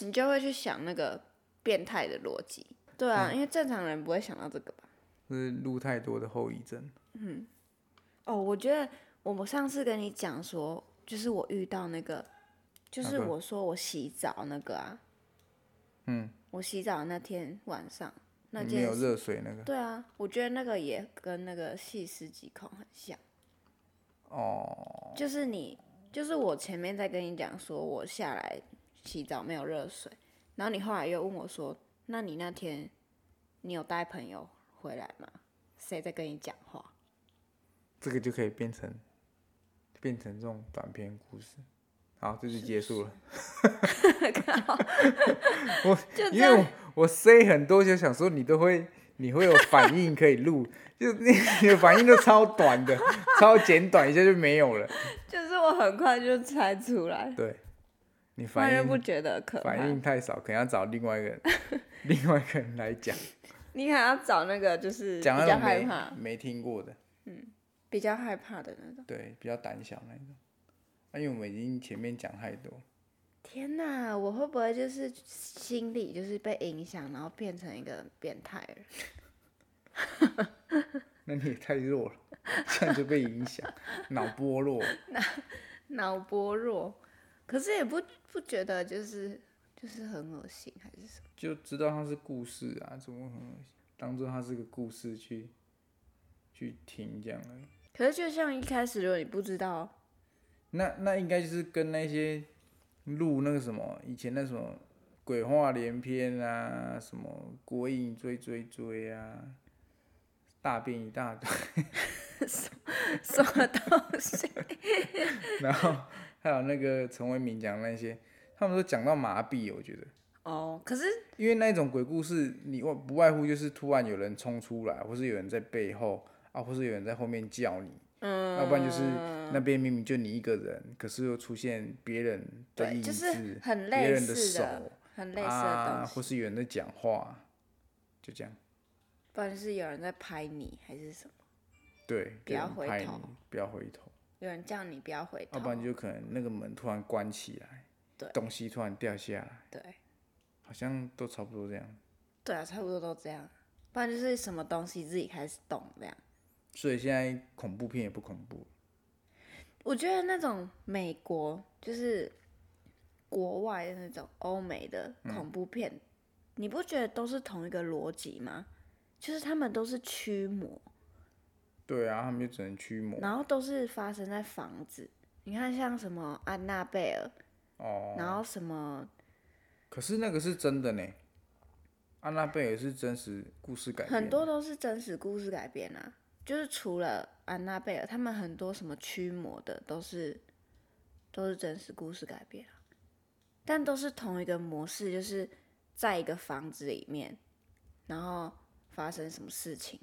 B: 你就会去想那个变态的逻辑，对
A: 嗯
B: 啊，因为正常人不会想到这个吧？
A: 这是路太多的后遗症。
B: 哦，我觉得我们上次跟你讲说，就是我遇到那个，就
A: 哪
B: 是
A: 个
B: 我说我洗澡那个啊，
A: 嗯，
B: 我洗澡那天晚上那
A: 没
B: 件
A: 有
B: 事
A: 热水那个
B: 对啊，我觉得那个也跟那个细思极恐很像，
A: 哦，
B: 就是你，就是我前面在跟你讲说我下来洗澡没有热水，然后你后来又问我说，那你那天你有带朋友回来吗？谁在跟你讲话？
A: 这个就可以变成变成这种短篇故事。好，这就结束了。我
B: 就这
A: 因为我
B: 样
A: 我 say 很多，就想说你都会，你会有反应可以录， <laughs> 就你你的反应都超短的，超简短，一下就没有了。
B: 就是我很快就猜出来，
A: 对，你
B: 突然
A: 反
B: 就不
A: 应
B: 觉得可怕
A: 反。应太少，可能要找另外一个人， <laughs> 另外一个人来讲，
B: 你可能要找那个就是比
A: 讲那
B: 较
A: 种
B: 害怕
A: 没、没听过的，
B: 比较害怕的那种。
A: 对，比较胆小那一种。啊因为我们已经前面讲太多，
B: 天哪，我会不会就是心理就是被影响，然后变成一个变态人？ <laughs>
A: 那你也太弱了， <laughs> 这样就被影响，脑波弱。
B: 脑薄弱，可是也不不觉得就是就是很恶心还是什么？
A: 就知道它是故事啊，怎么可能当做它是个故事去去听这样而已。
B: 可是就像一开始，如果你不知道， <laughs>
A: 那那应该就是跟那些录那个什么以前那什么鬼话连篇啊，什么鬼影追追追啊，大便一大堆，
B: 什么东西，
A: <laughs>
B: <laughs>
A: 然后还有那个陈为民讲那些，他们都讲到麻痹，我觉得。
B: 哦，可是
A: 因为那种鬼故事，你外不外乎就是突然有人冲出来，或是有人在背后啊，或是有人在后面叫你，
B: 嗯，
A: 要不然就是那边明明就你一个人，可是又出现别人的
B: 对，
A: 影
B: 就
A: 子，
B: 是很
A: 别
B: 类
A: 人的
B: 似
A: 手
B: 的，很类似的
A: 啊，
B: 东西，
A: 或是有人在讲话，就这样。
B: 不然就是有人在拍你还是什么，
A: 对，
B: 不要
A: 有人
B: 回
A: 拍
B: 头
A: 你，不要回头，
B: 有人叫你不要回
A: 哦
B: 头，
A: 要不然就可能那个门突然关起来，
B: 对
A: 东西突然掉下来，
B: 对
A: 好像都差不多这样。
B: 对啊，差不多都这样，不然就是什么东西自己开始动这样。
A: 所以现在恐怖片也不恐怖，
B: 我觉得那种美国就是国外的那种欧美的恐怖片，你不觉得都是同一个逻辑吗？就是他们都是驱魔，
A: 对啊，他们就只能驱魔
B: 然后都是发生在房子。你看，像什么安娜贝尔，
A: 哦。
B: 然后什么
A: 可是那个是真的呢，啊《安娜贝尔》是真实故事改编的，
B: 很多都是真实故事改编啊。就是除了安娜贝尔，他们很多什么驱魔的都是都是真实故事改编啊，但都是同一个模式，就是在一个房子里面，然后发生什么事情，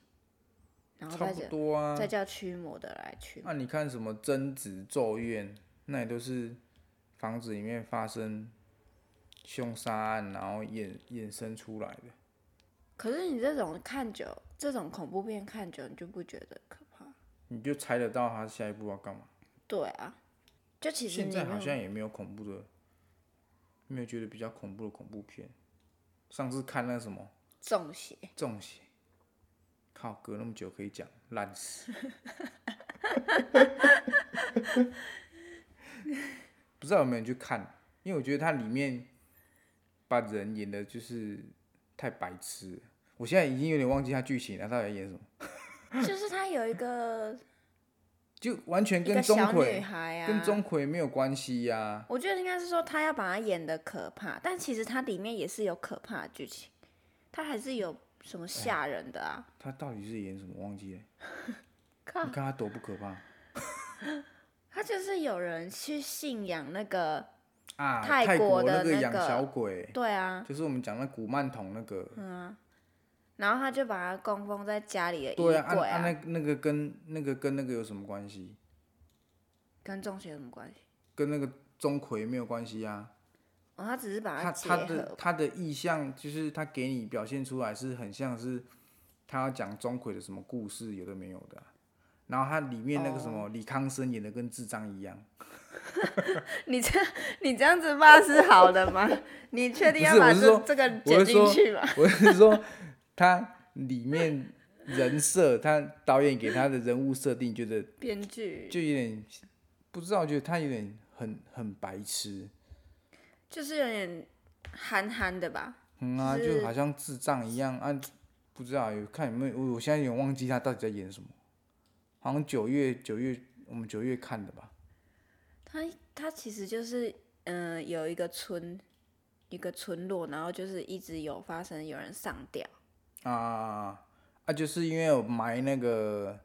B: 然后
A: 差
B: 再
A: 不
B: 叫、
A: 多啊。
B: 再叫驱魔的来驱
A: 那、你看什么《贞子咒怨》，那也都是房子里面发生凶杀案，然后衍衍生出来的。
B: 可是你这种看久，这种恐怖片看久，你就不觉得可怕？
A: 你就猜得到他下一步要干嘛。
B: 对啊，就其实
A: 现
B: 你
A: 在
B: 没
A: 好
B: 有
A: 像也没有恐怖的，没有觉得比较恐怖的恐怖片。上次看那什么
B: 中邪，
A: 中邪，靠，隔那么久可以讲，烂死。 <laughs> 不知道有没有人去看，因为我觉得它里面把人演的就是太白痴了。我现在已经有点忘记它剧情了，到底在演什么，
B: 就是他有一个
A: 就完全
B: 一个
A: 跟钟
B: 小女
A: 馗、
B: 孩啊，
A: 跟钟馗没有关系呀、
B: 我觉得应该是说他要把它演的可怕，但其实它里面也是有可怕的剧情，它还是有什么吓
A: 哎
B: 人的啊？
A: 他到底是演什么忘记了？
B: <laughs> 靠
A: 你，看他多不可怕
B: 他就是有人去信仰那个，
A: 啊！
B: 泰
A: 泰
B: 国
A: 那
B: 的
A: 个
B: 那
A: 养
B: 个
A: 小鬼，
B: 对啊，
A: 就是我们讲那古曼童那个，
B: 嗯啊，然后他就把它供奉在家里的衣
A: 对
B: 柜
A: 啊，按按、那那个跟那个跟那个有什么关系？
B: 跟中邪有什么关系？
A: 跟那个钟馗没有关系啊。
B: 哦，他只是把
A: 他
B: 结
A: 他的
B: 合，
A: 他的意象就是他给你表现出来是很像是他要讲钟馗的什么故事，有的没有的啊、然后他里面那个什
B: 哦
A: 么李康生演的跟智障一样， <laughs>
B: 你这你这样子骂是好的吗？你确定
A: 不
B: 要
A: 是
B: 把
A: 我是
B: 这
A: 说
B: 这个
A: 我
B: 剪
A: 是
B: 进
A: 说
B: 去吗？ <laughs>
A: 我是说他里面人设，他导演给他的人物设定，觉得
B: 编剧
A: 就有点不知道，觉得他有点很很白痴，
B: 就是有点憨憨的吧？
A: 嗯啊，
B: 是
A: 就好像智障一样啊，不知道有看有没有，我我现在有点忘记他到底在演什么，好像九月九月我们九月看的吧，
B: 他他其实就是嗯、呃有一个村一个村落，然后就是一直有发生有人上吊，
A: 啊啊，就是因为有埋那个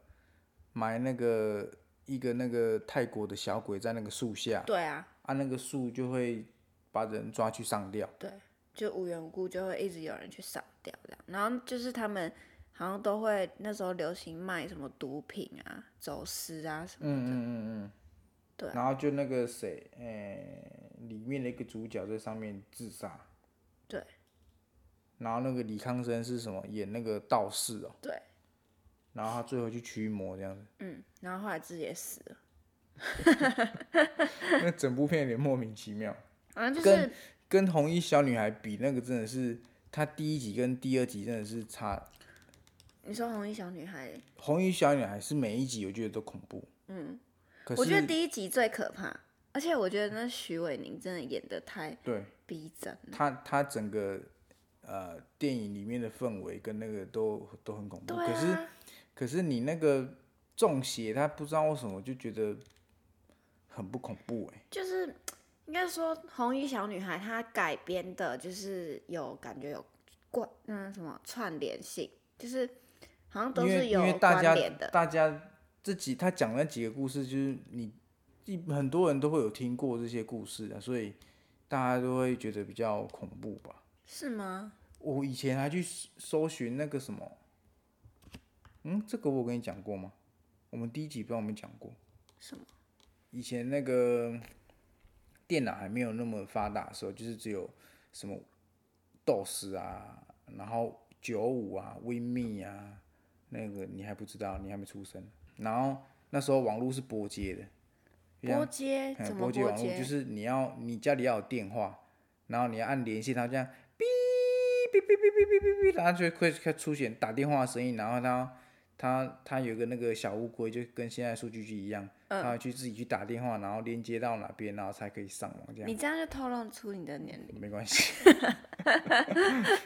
A: 埋那个一个那个泰国的小鬼在那个树下，
B: 对啊，
A: 啊那个树就会把人抓去上吊，
B: 对，就无缘无故就会一直有人去上吊这样，然后就是他们好像都会那时候流行卖什么毒品啊、走私啊什么
A: 嗯嗯
B: 的，
A: 嗯嗯，
B: 对
A: 然后就那个谁，哎、里面的一个主角在上面自杀。
B: 对
A: 然后那个李康生是什么演那个道士哦，
B: 对，
A: 然后他最后去驱魔这样子， <laughs>
B: 嗯，然后后来自己也死了，
A: 那整部片有点莫名其妙。
B: 反正就
A: 跟
B: 是
A: 跟红衣小女孩比，那个真的是他第一集跟第二集真的是差。
B: 你说红衣小女孩，
A: 红衣小女孩是每一集我觉得都恐怖，嗯，可是
B: 我觉得第一集最可怕，而且我觉得那徐伟宁真的演的太
A: 对
B: 逼真了，
A: 他他整个呃电影里面的氛围跟那个都都很恐怖，
B: 对
A: 哦可是
B: 啊，
A: 可是你那个中邪，他不知道为什么就觉得很不恐怖哎、
B: 就是。应该说，《红衣小女孩》她改编的，就是有感觉有关，嗯，什么串联性，就是好像都
A: 因
B: 是
A: 为
B: 有
A: 因为大
B: 关
A: 家
B: 联的。
A: 大家自己他讲那几个故事，就是你一很多人都会有听过这些故事啊，所以大家都会觉得比较恐怖吧。
B: 是吗？
A: 我以前还去搜搜寻那个什么，嗯，这个我跟你讲过吗？我们第一集不知道我们讲过，
B: 什么？
A: 以前那个电脑还没有那么发达的时候，就是只有什么 DOS 啊，然后九五啊、WinMe 啊，那个你还不知道，你还没出生。然后那时候网络是拨接的，就像
B: 波接
A: 哎
B: 怎么
A: 拨接网络
B: 接？
A: 就是你要你家里要有电话，然后你要按连线，它这样哔哔哔哔哔哔哔，然后就会会出现打电话的声音，然后它它它有一个那个小乌龟，就跟现在数据机一样，
B: 呃嗯
A: 它会去自己去打电话，然后连接到哪边，然后才可以上网这
B: 你
A: 样。
B: 这样就透露出你的年龄。
A: 没关系。 <laughs>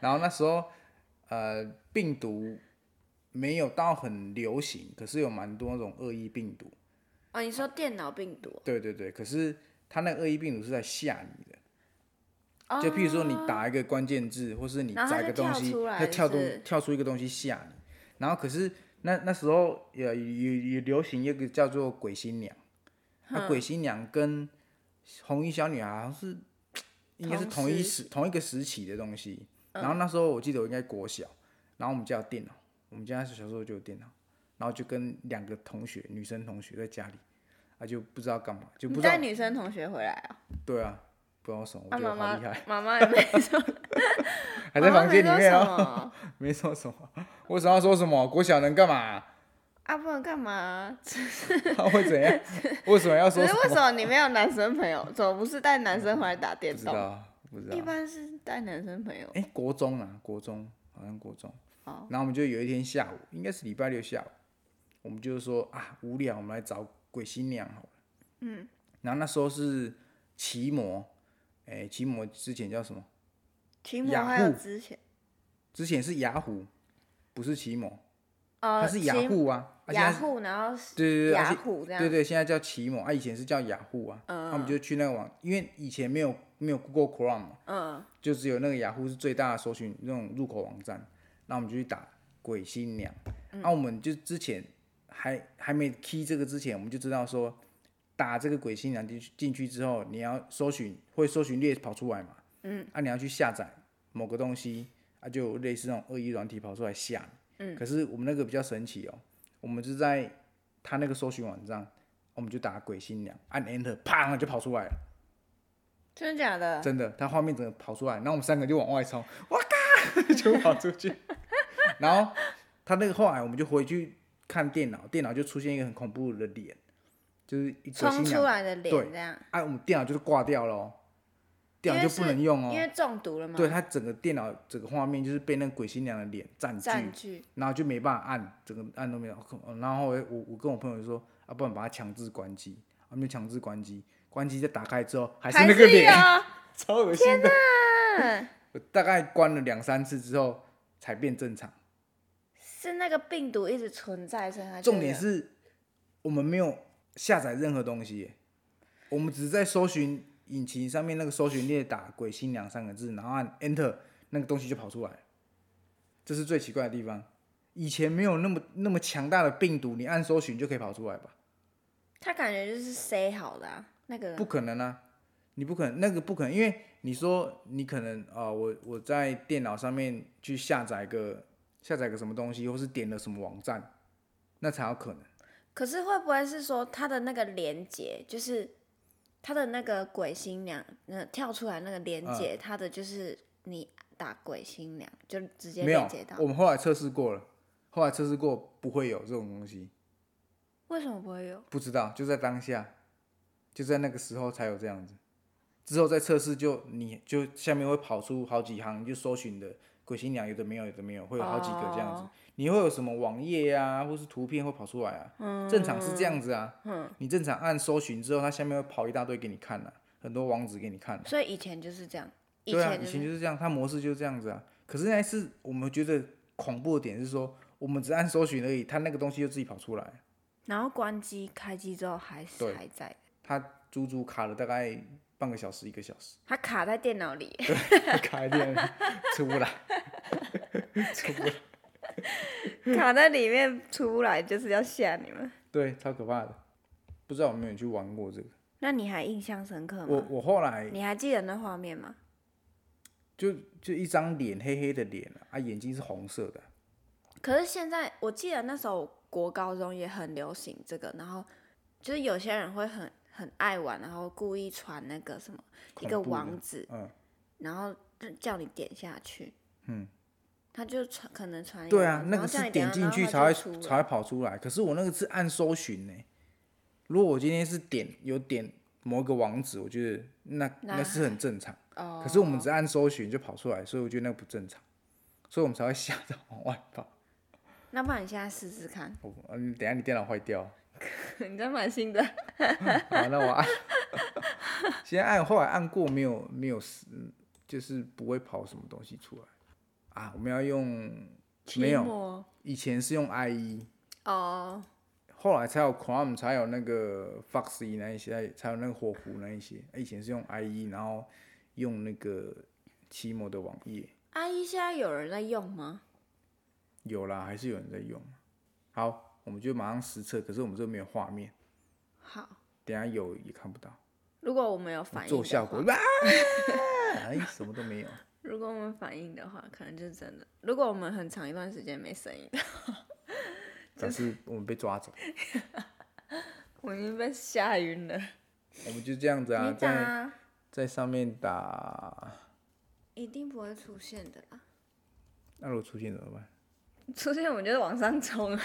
A: 然后那时候，呃，病毒没有到很流行，可是有蛮多那种恶意病毒。
B: 哦，你说电脑病毒？
A: 对对对，可是它那个恶意病毒是在吓你的，
B: 哦，
A: 就譬如说你打一个关键字，或是你
B: 然后它
A: 砸一个
B: 就
A: 东
B: 跳
A: 西
B: 出，来
A: 它跳
B: 是
A: 动
B: 不是
A: 跳出一个东西吓你，然后可是那那时候有有有流行一个叫做鬼新娘，那、鬼新娘跟红衣小女孩好像是应该是
B: 同
A: 同一
B: 时
A: 时
B: 嗯
A: 同一个时期的东西，然后那时候我记得我应该国小，然后我们家有电脑，我们家小时候就有电脑，然后就跟两个同学女生同学在家里。啊，就不知道干嘛，就不
B: 你
A: 知道
B: 带女生同学回来啊？
A: 对啊，不知道为什么，我
B: 啊，
A: 觉得好
B: 妈妈
A: 厉害，
B: 妈妈也没说，
A: <laughs> 还在
B: 妈妈
A: 房
B: 没
A: 间里
B: 说
A: 面
B: 什
A: 哦，
B: 么
A: 没说什么，我想要说什么？国小能干嘛？
B: 啊，不能干嘛？
A: <laughs> 他会怎样？为什么要说
B: 只 <laughs> 是
A: 什
B: 为什
A: 么？
B: 么你没有男生朋友？怎么不是带男生回来打电
A: 不知
B: 动？
A: 道，不知
B: 一
A: 道。
B: 般是带男生朋友。
A: 哎、国中啊，国中好像国中，
B: 哦
A: 然后我们就有一天下午，应该是礼拜六下午，我们就说啊，无聊，我们来找鬼新娘好了。嗯，然后那时候是奇摩，哎、奇摩之前叫什么？
B: 群魔
A: 雅
B: 还有
A: 虎
B: 之前，
A: 之前是雅虎，不是奇摩，
B: 哦，
A: 它是雅
B: 群
A: 虎啊，啊现在
B: 雅
A: 是
B: 虎，然后是
A: 对对对，而
B: 雅
A: 且
B: 虎这样，嗯
A: 对对，现在叫奇摩啊，以前是叫雅虎啊，那、我们就去那个网，因为以前没有没有 Google Chrome 嘛，
B: 嗯，
A: 就只有那个雅虎是最大的搜寻那种入口网站，那我们就去打鬼新娘，
B: 嗯
A: 那、我们就之前还还没 key 这个之前，我们就知道说打这个鬼新娘进去进去之后，你要搜寻会搜寻列跑出来嘛，嗯，啊你要去下载某个东西，啊，就有类似那种恶意软体跑出来吓你。
B: 嗯
A: 可是我们那个比较神奇哦，我们就在他那个搜寻网站，我们就打“鬼新娘”，按 Enter，啪就跑出来了。
B: 真的假的？
A: 真的，他画面整个跑出来，然后我们三个就往外冲，哇嘎，就跑出去。然后他那个后来我们就回去看电脑，电脑就出现一个很恐怖的脸，就是一个
B: 冲
A: 新
B: 出
A: 娘。
B: 来的
A: 对
B: 脸这样，
A: 啊，我们电脑就是挂掉了哦，电脑
B: 因
A: 就
B: 为
A: 不
B: 是
A: 能用
B: 因为
A: 哦。
B: 中毒了嘛，
A: 对，他整个电脑整个画面就是被那个鬼新娘的脸占据，
B: 占据，
A: 然后就没办法按，整个按都没有。哦然后我我我跟我朋友说，啊，不然把它强制关机，我们就强制关机，关机再打开之后还是那个 <laughs> 脸，
B: 有，
A: 超恶心的。
B: 嗯，
A: 我大概关了两三次之后才变正常。
B: 是那个病毒一直存在，所以它就
A: 重点
B: 有
A: 是我们没有下载任何东西耶，我们只是在搜寻引擎上面那个搜寻列打“鬼新娘”三个字，然后按 Enter，那个东西就跑出来了。这是最奇怪的地方。以前没有那么那么强大的病毒，你按搜寻就可以跑出来吧？
B: 它感觉就是塞好的啊，那个
A: 不可能啊！你不可能，那个不可能，因为你说你可能啊、我我在电脑上面去下载个下载个什么东西，或是点了什么网站，那才有可能。
B: 可是会不会是说它的那个连接，就是它的那个鬼新娘，那跳出来那个
A: 嗯
B: 连接，它的就是你打鬼新娘就直接
A: 没有
B: 连接到，？
A: 我们后来测试过了，后来测试过不会有这种东西，
B: 为什么不会有？
A: 不知道就在当下，就在那个时候才有这样子。之后再测试就你就下面会跑出好几行，就搜寻的鬼新娘有的没有，有的没有，会有好几个这样子。
B: 哦
A: 你会有什么网页啊，或是图片会跑出来啊？
B: 嗯
A: 正常是这样子啊。你正常按搜寻之后，它下面会跑一大堆给你看啊，很多网址给你看、啊。
B: 所以以前就是这样，以
A: 对啊，
B: 前
A: 以
B: 就
A: 前
B: 是
A: 就是这样，它模式就是这样子啊。可是那一次我们觉得恐怖的点是说，我们只按搜寻而已，它那个东西就自己跑出来，
B: 然后关机开机之后还是
A: 对
B: 还在，
A: 它足足卡了大概半个小时一个小时， <laughs>
B: 它卡在电脑里。
A: 卡一点出不来，出不来，
B: 卡在里面出不来，就是要吓你们。
A: 对，超可怕的。不知道有没有人去玩过这个？
B: 那你还印象深刻
A: 我
B: 吗？
A: 我后来
B: 你还记得那画面吗？
A: 就就一张脸黑黑的脸啊，啊眼睛是红色的，
B: 可是现在，我记得那时候国高中也很流行这个，然后就是有些人会很很爱玩，然后故意传那个什么一
A: 恐
B: 个
A: 怖的
B: 网址，
A: 嗯，
B: 然后就叫你点下去，
A: 嗯，
B: 他就传可能传一
A: 对
B: 个
A: 啊
B: 网，址
A: 那
B: 然
A: 个
B: 后叫
A: 是
B: 你
A: 点
B: 下
A: 进去才
B: 然后
A: 会
B: 它就出
A: 才
B: 来
A: 会跑出来，可是我那个是按搜寻呢、如果我今天是点有点某一个网址，我觉得那
B: 那
A: 那是很正常。
B: 哦，
A: 可是我们只按搜寻就跑出来，所以我觉得那个不正常，所以我们才会吓到 <laughs> 往外跑。
B: 那不然你现在试试看，
A: 我嗯，等一下你电脑坏掉，
B: <laughs> 你这蛮新的，
A: 好，那我按。 <laughs> 先按，后来按过没有没有死，就是不会跑什么东西出来啊。我们要用没
B: 期
A: 有，
B: 末
A: 以前是用 IE，
B: 哦，
A: 后来才有 Chrome，才有那个 Foxy 那一些，才有那个火狐那一些。啊以前是用 IE，然后用那个奇摩的网页，
B: 阿姨现在有人在用吗？
A: 有啦，还是有人在用。好，我们就马上实测，可是我们这没有画面，
B: 好，
A: 等一下有也看不到，
B: 如果我们有反应
A: 做
B: 的
A: 效果
B: 话，
A: 啊，哎，什么都没有。
B: 如果我们反应的话，可能就是真的。如果我们很长一段时间没声音， <laughs>
A: 但是我们被抓走，
B: 我已经被吓晕了。
A: 我们就这样子啊，
B: 你打
A: 在
B: 啊，
A: 在上面打，
B: 一定不会出现的啦。
A: 那如果出现怎么办？
B: 出现我们就是往上冲啊。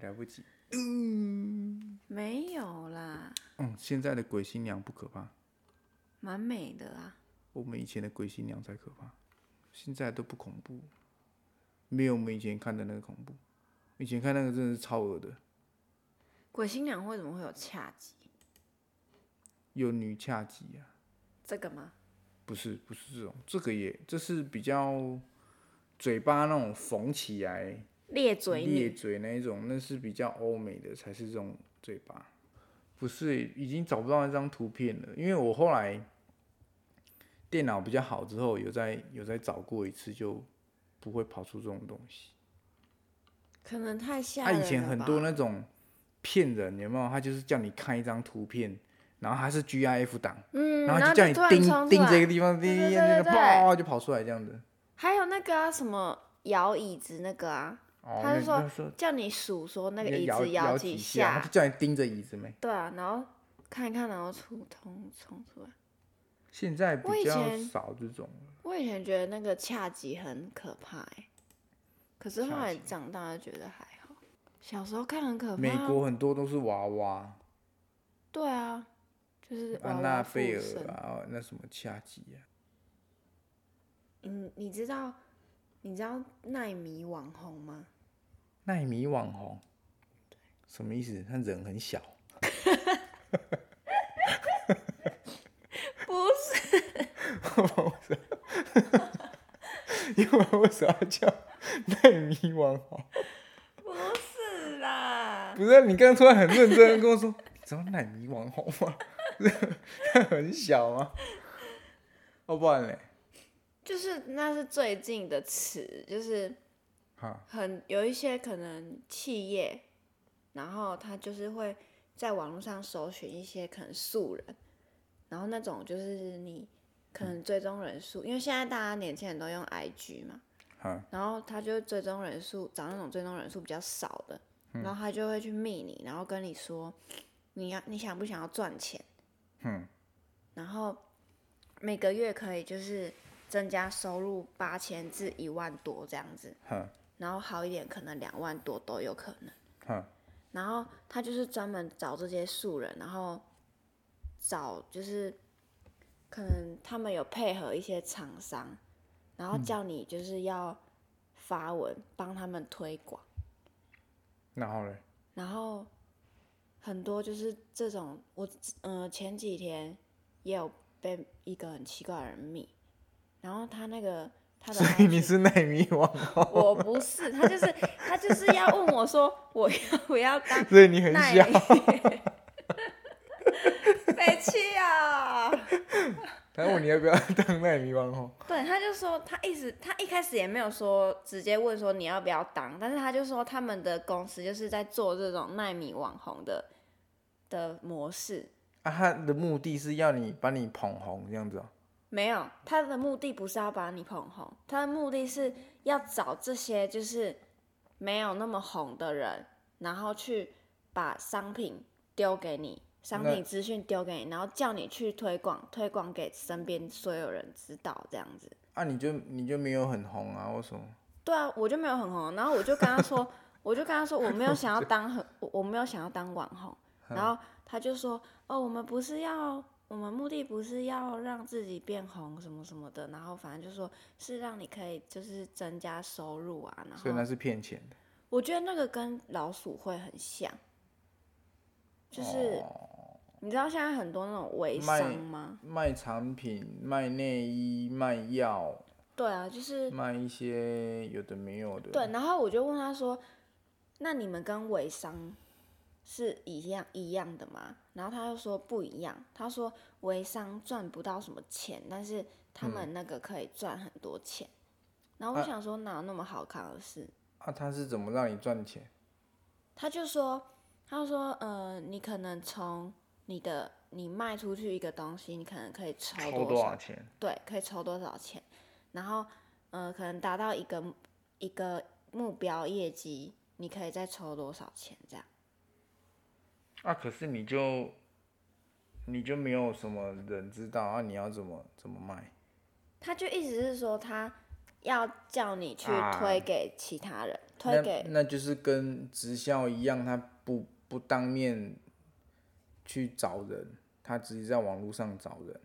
A: 来不及。
B: <laughs> 没有啦，
A: 嗯，现在的鬼新娘不可怕，
B: 蛮美的啊。
A: 我们以前的鬼新娘才可怕，现在都不恐怖，没有我们以前看的那个恐怖。以前看那个真的是超恶的，
B: 鬼新娘为什么会有恰吉？
A: 有女恰吉啊。
B: 这个吗？
A: 不是不是这种，这个也这是比较嘴巴那种缝起来
B: 裂嘴
A: 咧
B: 女
A: 嘴那一种，那是比较欧美的才是这种嘴巴。不是，已经找不到那张图片了，因为我后来电脑比较好之后，有在有在找过一次，就不会跑出这种东西。
B: 可能太吓
A: 他
B: 人了
A: 以前很
B: 吧
A: 多那种骗人，有没有？他就是叫你看一张图片，然后它是 GIF 档，
B: 嗯，
A: 然
B: 后
A: 后就叫你
B: 突然冲
A: 盯
B: 出
A: 盯
B: 来
A: 这个地方，盯
B: 对
A: 盯
B: 对
A: 盯，
B: 对对
A: 啪就跑出来这样子。
B: 还有那个啊，什么摇椅子那个啊，
A: 哦，
B: 他
A: 那
B: 就说
A: 那说
B: 叫你数说那个
A: 你
B: 椅
A: 摇
B: 子摇
A: 几
B: 下
A: 他就，叫你盯着椅子没？
B: 对啊，然后看一看，然后出通冲出来。
A: 现在比
B: 我以
A: 较
B: 前
A: 少这种了，
B: 我以前觉得那个恰吉很可怕、欸，可是后
A: 恰
B: 来
A: 吉
B: 长大就觉得还好。小时候看很可怕啊，
A: 美国很多都是娃娃，
B: 对啊，就是娃
A: 安
B: 娃
A: 娜
B: 附
A: 贝
B: 身
A: 尔啊，那什么恰吉啊，
B: 嗯，你知道你知道奈米网红吗？
A: 奈米网红，什么意思？他人很
B: <laughs>
A: 小，
B: 不是，
A: 因为为什么要叫奈米网红？
B: 不是啦，
A: 不是，你刚刚突然很认真地跟我说，你知道奈米网红吗？他很小吗？要不然嘞，
B: <laughs> 就是那是最近的词，就是
A: 哈，
B: 很有一些可能企业，然后他就是会在网络上搜寻一些可能素人，然后那种就是你可能追踪人数，因为现在大家年轻人都用 IG 嘛，
A: 哈，
B: 然后他就追踪人数找那种追踪人数比较少的，然后他就会去密你，然后跟你说你要你想不想要赚钱，
A: 嗯，
B: 然后每个月可以就是增加收入八千至一万多这样子，
A: 哈，
B: 然后好一点可能两万多都有可能。
A: 哈，
B: 然后他就是专门找这些素人，然后找就是可能他们有配合一些厂商，然后
A: 嗯
B: 叫你就是要发文帮他们推广，
A: 然后嘞，
B: 然后很多就是这种我嗯、呃、前几天也有被一个很奇怪的人密，然后他那个他的
A: 所以
B: IG
A: 你是奈米网红，
B: 我不是，他就是他就是要问我说我要 <laughs> 不要当
A: 所以你很
B: 奈
A: 小，
B: <laughs> 米，北气啊！
A: 他问你要不要当奈米网红，
B: 对，他就说他一直他一开始也没有说直接问说你要不要当，但是他就说他们的公司就是在做这种奈米网红的的模式。
A: 啊，他的目的是要你把你捧红这样子哦、
B: 没有，他的目的不是要把你捧红，他的目的是要找这些就是没有那么红的人，然后去把商品丢给你，商
A: 那
B: 品资讯丢给你，然后叫你去推广，推广给身边所有人知道这样子。
A: 啊，你就你就没有很红啊？为什么？
B: 对啊，我就没有很红，然后我就跟
A: <laughs>
B: 他说，我就跟他说我没有想要当很，我我没有想要当网红，
A: 嗯
B: 然后他就说，哦，我们不是要，我们目的不是要让自己变红什么什么的，然后反正就说是让你可以就是增加收入啊，然
A: 所以那
B: 后
A: 是骗钱的，
B: 我觉得那个跟老鼠会很像，就是、
A: 哦
B: 你知道现在很多那种微
A: 卖
B: 商吗？
A: 卖产品、卖内衣、卖药、
B: 对啊，就是
A: 卖一些有的没有的。
B: 对，啊然后我就问他说：“那你们跟微商是一样一样的吗？”然后他就说不一样，他说微商赚不到什么钱，但是他们那个可以赚很多钱。然后我
A: 啊
B: 想说哪有那么好看的事？
A: 啊，他是怎么让你赚钱？
B: 他就说，他就说，呃，你可能从你的你卖出去一个东西，你可能可以抽多少
A: 钱？
B: 对，可以抽多少钱，然后呃，可能达到一个目一个目标业绩，你可以再抽多少钱这样。
A: 啊，可是你就你就没有什么人知道啊，你要怎么怎么卖？
B: 他就意思是说他要叫你去
A: 啊
B: 推给其他人，推
A: 那
B: 给
A: 那就是跟直销一样，他不不当面去找人，他只是在网络上找人。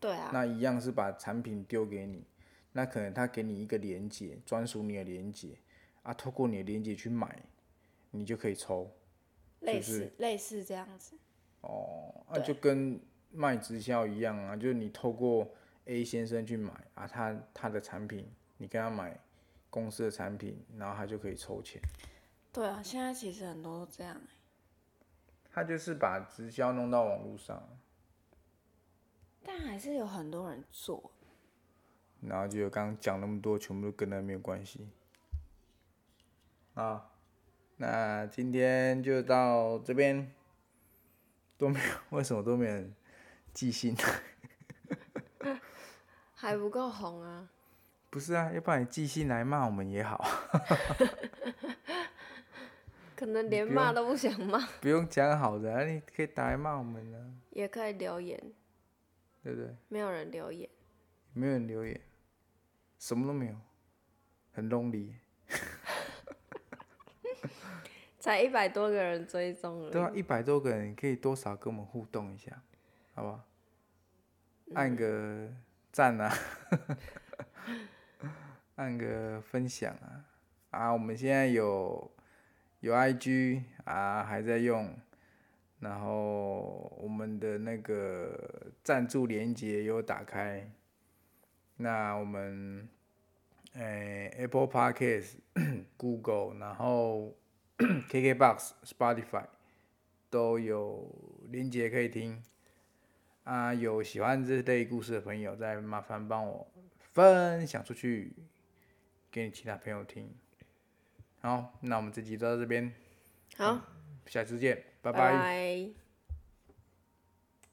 B: 对啊，
A: 那一样是把产品丢给你，那可能他给你一个连接，专属你的连接啊，透过你的连接去买，你就可以抽
B: 类
A: 就是
B: 似类似这样子。
A: 哦，啊，
B: 对
A: 就跟卖直销一样啊，就是你透过 A 先生去买啊，他他的产品，你跟他买公司的产品，然后他就可以抽钱，
B: 对啊，现在其实很多都这样欸、
A: 他就是把直销弄到网络上，
B: 但还是有很多人做。
A: 然后就有刚刚讲那么多，全部都跟那没有关系。啊，那今天就到这边，都没有，为什么都没有人寄信？ <laughs>
B: 还不够红啊！
A: 不是啊，要不然你寄信来骂我们也好， <laughs>
B: 可能连
A: 不
B: 骂
A: 用
B: 都不想骂，
A: 不用讲好的、啊，你可以打来骂我们啊，
B: 也可以留言，
A: 对不对？
B: 没有人留言，
A: 没有人留言，什么都没有，很 lonely。
B: 才一百多个人追踪
A: 对
B: 了
A: 啊，，一百多个人，你可以多少跟我们互动一下，好不好？按个赞啊， <laughs> 按个分享啊，啊，我们现在有有 IG 啊，还在用，然后我们的那个赞助连接有打开，那我们。诶、a p p l e Podcast、Google，然后 <coughs> KKBox、Spotify 都有连接可以听。啊，有喜欢这类故事的朋友，再麻烦帮我分享出去，给你其他朋友听。好，那我们这集就到这边，
B: 好，
A: 嗯下次见，拜
B: 拜拜